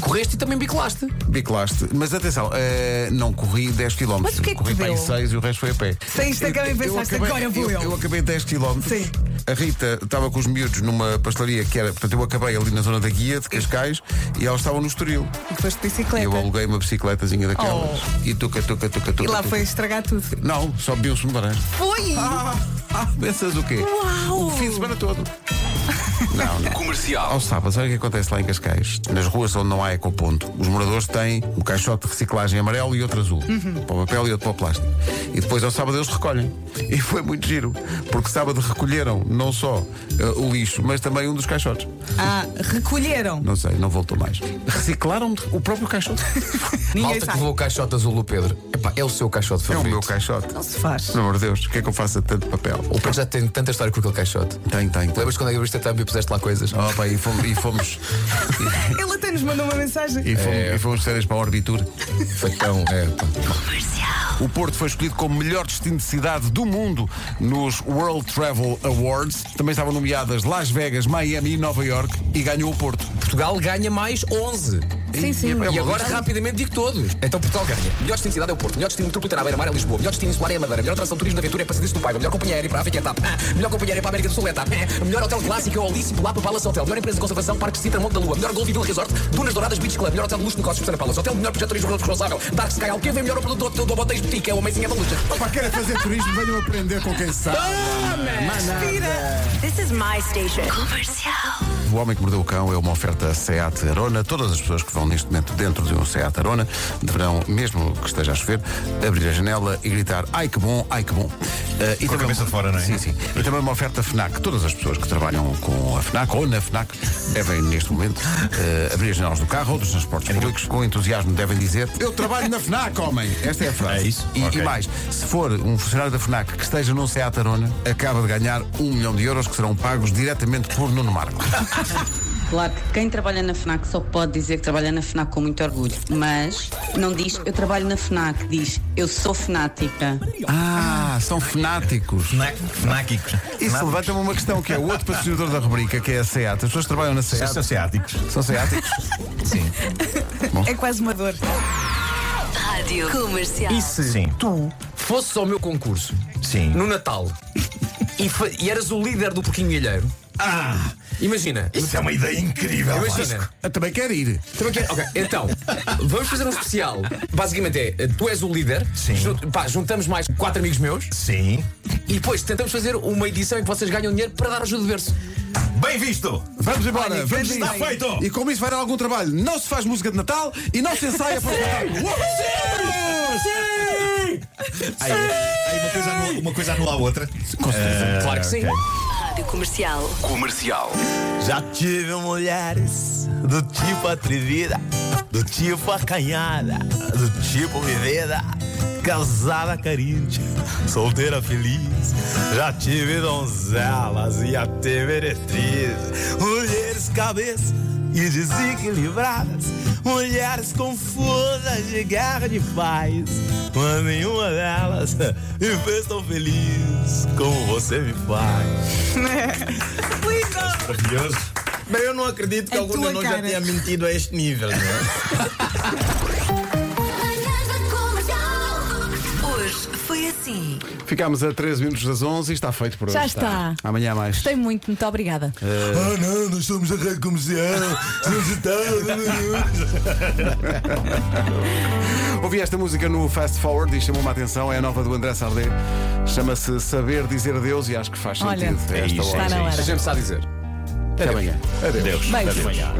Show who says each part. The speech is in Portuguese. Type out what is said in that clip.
Speaker 1: correste e também bicolaste.
Speaker 2: Biclaste. Mas atenção, eh, não corri 10 km.
Speaker 3: Mas o que é que
Speaker 2: corri
Speaker 3: te
Speaker 2: bem
Speaker 3: deu?
Speaker 2: 6 e o resto foi a pé.
Speaker 3: Saíste da cama e pensaste, agora vou eu.
Speaker 2: Eu acabei 10 km.
Speaker 3: Sim.
Speaker 2: A Rita estava com os miúdos numa pastelaria que era. Portanto, eu acabei ali na zona da Guia, de Cascais, e elas estavam no Estoril.
Speaker 3: E depois de bicicleta.
Speaker 2: Eu aluguei uma bicicletazinha daquelas. E tuca, tuca, tuca, tuca.
Speaker 3: É Oh. E lá
Speaker 2: tuca.
Speaker 3: foi estragar tudo.
Speaker 2: Não, só bebi um sumo de laranja.
Speaker 3: Foi!
Speaker 2: Ah, ah, pensas o quê?
Speaker 3: Uau!
Speaker 2: O fim de semana todo. Não, não.
Speaker 4: Comercial.
Speaker 2: Aos sábados, olha o que acontece lá em Cascais. Nas ruas onde não há ecoponto, os moradores têm um caixote de reciclagem amarelo e outro azul.
Speaker 3: Uhum.
Speaker 2: Para o papel e outro para o plástico. E depois ao sábado eles recolhem. E foi muito giro, porque sábado recolheram não só eh, o lixo, mas também um dos caixotes.
Speaker 3: Ah, recolheram.
Speaker 2: Não sei, não voltou mais. Reciclaram o próprio caixote.
Speaker 3: Ninguém
Speaker 1: Malta que
Speaker 3: sabe.
Speaker 1: levou o caixote azul do Pedro. Epá, é o seu caixote
Speaker 2: é o
Speaker 1: favorito.
Speaker 2: meu caixote.
Speaker 3: Não se faz.
Speaker 2: Pelo amor de Deus, o que é que eu faço a tanto papel?
Speaker 1: O Pedro já tem tanta história com aquele caixote.
Speaker 2: Tem, tem. tem.
Speaker 1: Lembras quando abriste a tampa e puseste lá coisas?
Speaker 2: Oh, pá, e fomos, e fomos,
Speaker 3: Ele até nos mandou uma mensagem.
Speaker 2: e fomos, e fomos de férias para a Orbitur.
Speaker 1: Foi tão. É, pá.
Speaker 2: O Porto foi escolhido como melhor destino de cidade do mundo nos World Travel Awards. Também estavam nomeadas Las Vegas, Miami e Nova York e ganhou o Porto. é
Speaker 1: Portugal ganha mais 11.
Speaker 3: Sim, sim.
Speaker 1: E agora
Speaker 2: lista.
Speaker 1: rapidamente digo todos. Então Portugal ganha. Melhor destino de cidade é o Porto. Melhor destino metropolitana à beira-mar é Lisboa. Melhor destino insular é a Madeira. Melhor atração de turismo de aventura é para Cidades do Pai. Melhor companhia aérea para a África é TAP. Ah, Melhor companhia aérea para a América do Sul é TAP. Ah, Melhor hotel clássico é o Alice Pelapa Palace Hotel. Melhor empresa de conservação Parque Citra Monte da Lua. Melhor Golf e Vila Resort. Dunas Douradas Beach Club. Melhor hotel de luxo de negócios Santa Palace. Hotel melhor projeto de turismo responsável. Dark Sky Alqueva. e Melhor produto do hotel do Botéis Boutique é o Amazing Evolution.
Speaker 2: Para querem fazer turismo, venham aprender com quem sabe.
Speaker 3: Respira!
Speaker 5: This is my station. Comercial.
Speaker 2: O Homem que Mordeu o Cão é uma oferta SEAT Arona. Todas as pessoas que vão neste momento dentro de um SEAT Arona deverão, mesmo que esteja a chover, abrir a janela e gritar ai que bom, ai que bom. Eh, e
Speaker 4: Com a cabeça de fora, não é?
Speaker 2: Sim, sim. E também uma oferta FNAC. Todas as pessoas que trabalham com a FNAC ou na FNAC devem, neste momento, eh, abrir as janelas do carro ou dos transportes
Speaker 4: Então-
Speaker 2: públicos. Com entusiasmo devem dizer eu trabalho na FNAC, homem. Esta é a frase.
Speaker 4: É isso?
Speaker 2: E, e
Speaker 4: Ok.
Speaker 2: mais, se for um funcionário da FNAC que esteja num SEAT Arona, acaba de ganhar um milhão de euros que serão pagos diretamente por Nuno Marco.
Speaker 6: Claro que quem trabalha na FNAC só pode dizer que trabalha na FNAC com muito orgulho, mas não diz eu trabalho na FNAC, diz eu sou fanática.
Speaker 2: Ah, são fanáticos.
Speaker 4: Fnáquicos.
Speaker 2: Isso levanta-me uma questão que é o outro patrocinador da rubrica, que é a SEAT. As pessoas que trabalham na SEAT.
Speaker 4: São ciáticos.
Speaker 2: São SEATicos?
Speaker 4: Sim.
Speaker 3: É quase uma dor.
Speaker 5: Rádio Comercial.
Speaker 1: E se
Speaker 4: Sim.
Speaker 1: tu fosses ao meu concurso
Speaker 4: Sim.
Speaker 1: no Natal e, fa- e eras o líder do Porquinho Ilheiro,
Speaker 4: Ah!
Speaker 1: imagina.
Speaker 4: Isso é uma ideia incrível.
Speaker 1: Imagina.
Speaker 2: Eu Ah, também quero ir.
Speaker 1: Também quer- ok, então, vamos fazer um especial. Basicamente é, tu és o líder,
Speaker 4: Sim.
Speaker 1: pá, juntamos mais quatro amigos meus
Speaker 4: Sim.
Speaker 1: e depois tentamos fazer uma edição em que vocês ganham dinheiro para dar ajuda de berço.
Speaker 4: Bem visto!
Speaker 2: Vamos embora,
Speaker 3: Olha,
Speaker 2: vamos
Speaker 3: está
Speaker 2: embora.
Speaker 4: feito.
Speaker 2: E como isso vai dar algum trabalho, não se faz música de Natal e não se ensaia para o Natal.
Speaker 4: Aí, aí uma, coisa anula, uma coisa anula a outra. Ah, É
Speaker 1: claro que sim.
Speaker 5: Rádio Comercial.
Speaker 4: Comercial.
Speaker 7: Já tive mulheres do tipo atrevida, do tipo acanhada, do tipo vivida, casada carente, solteira feliz. Já tive donzelas e até meretrizes, mulheres cabeça e desequilibradas, mulheres confusas de guerra de paz. Mas nenhuma delas me fez tão feliz como você me faz.
Speaker 3: Lindo!
Speaker 7: Maravilhoso. Bem, eu não acredito que
Speaker 3: A
Speaker 7: algum
Speaker 3: tua
Speaker 7: de nós
Speaker 3: cara.
Speaker 7: já tenha mentido a este nível, não é?
Speaker 5: Manhãs da Comercial. Hoje foi assim.
Speaker 2: Ficámos a 13 minutos das 11 e está feito por hoje. tá?
Speaker 8: Já está.
Speaker 2: Amanhã há mais.
Speaker 8: Gostei muito, muito obrigada.
Speaker 7: Ah, não, nós somos a Rádio Comercial. Somos a tal.
Speaker 2: Ouvi esta música no Fast Forward e chamou-me a atenção. É a nova do André Sardé. Chama-se Saber Dizer Adeus e acho que faz
Speaker 8: Olha,
Speaker 2: sentido. a esta
Speaker 4: É isso,
Speaker 2: hora.
Speaker 8: Está na hora.
Speaker 1: A gente está a dizer.
Speaker 2: Até amanhã.
Speaker 4: Adeus.
Speaker 8: Beijo.
Speaker 4: Até amanhã.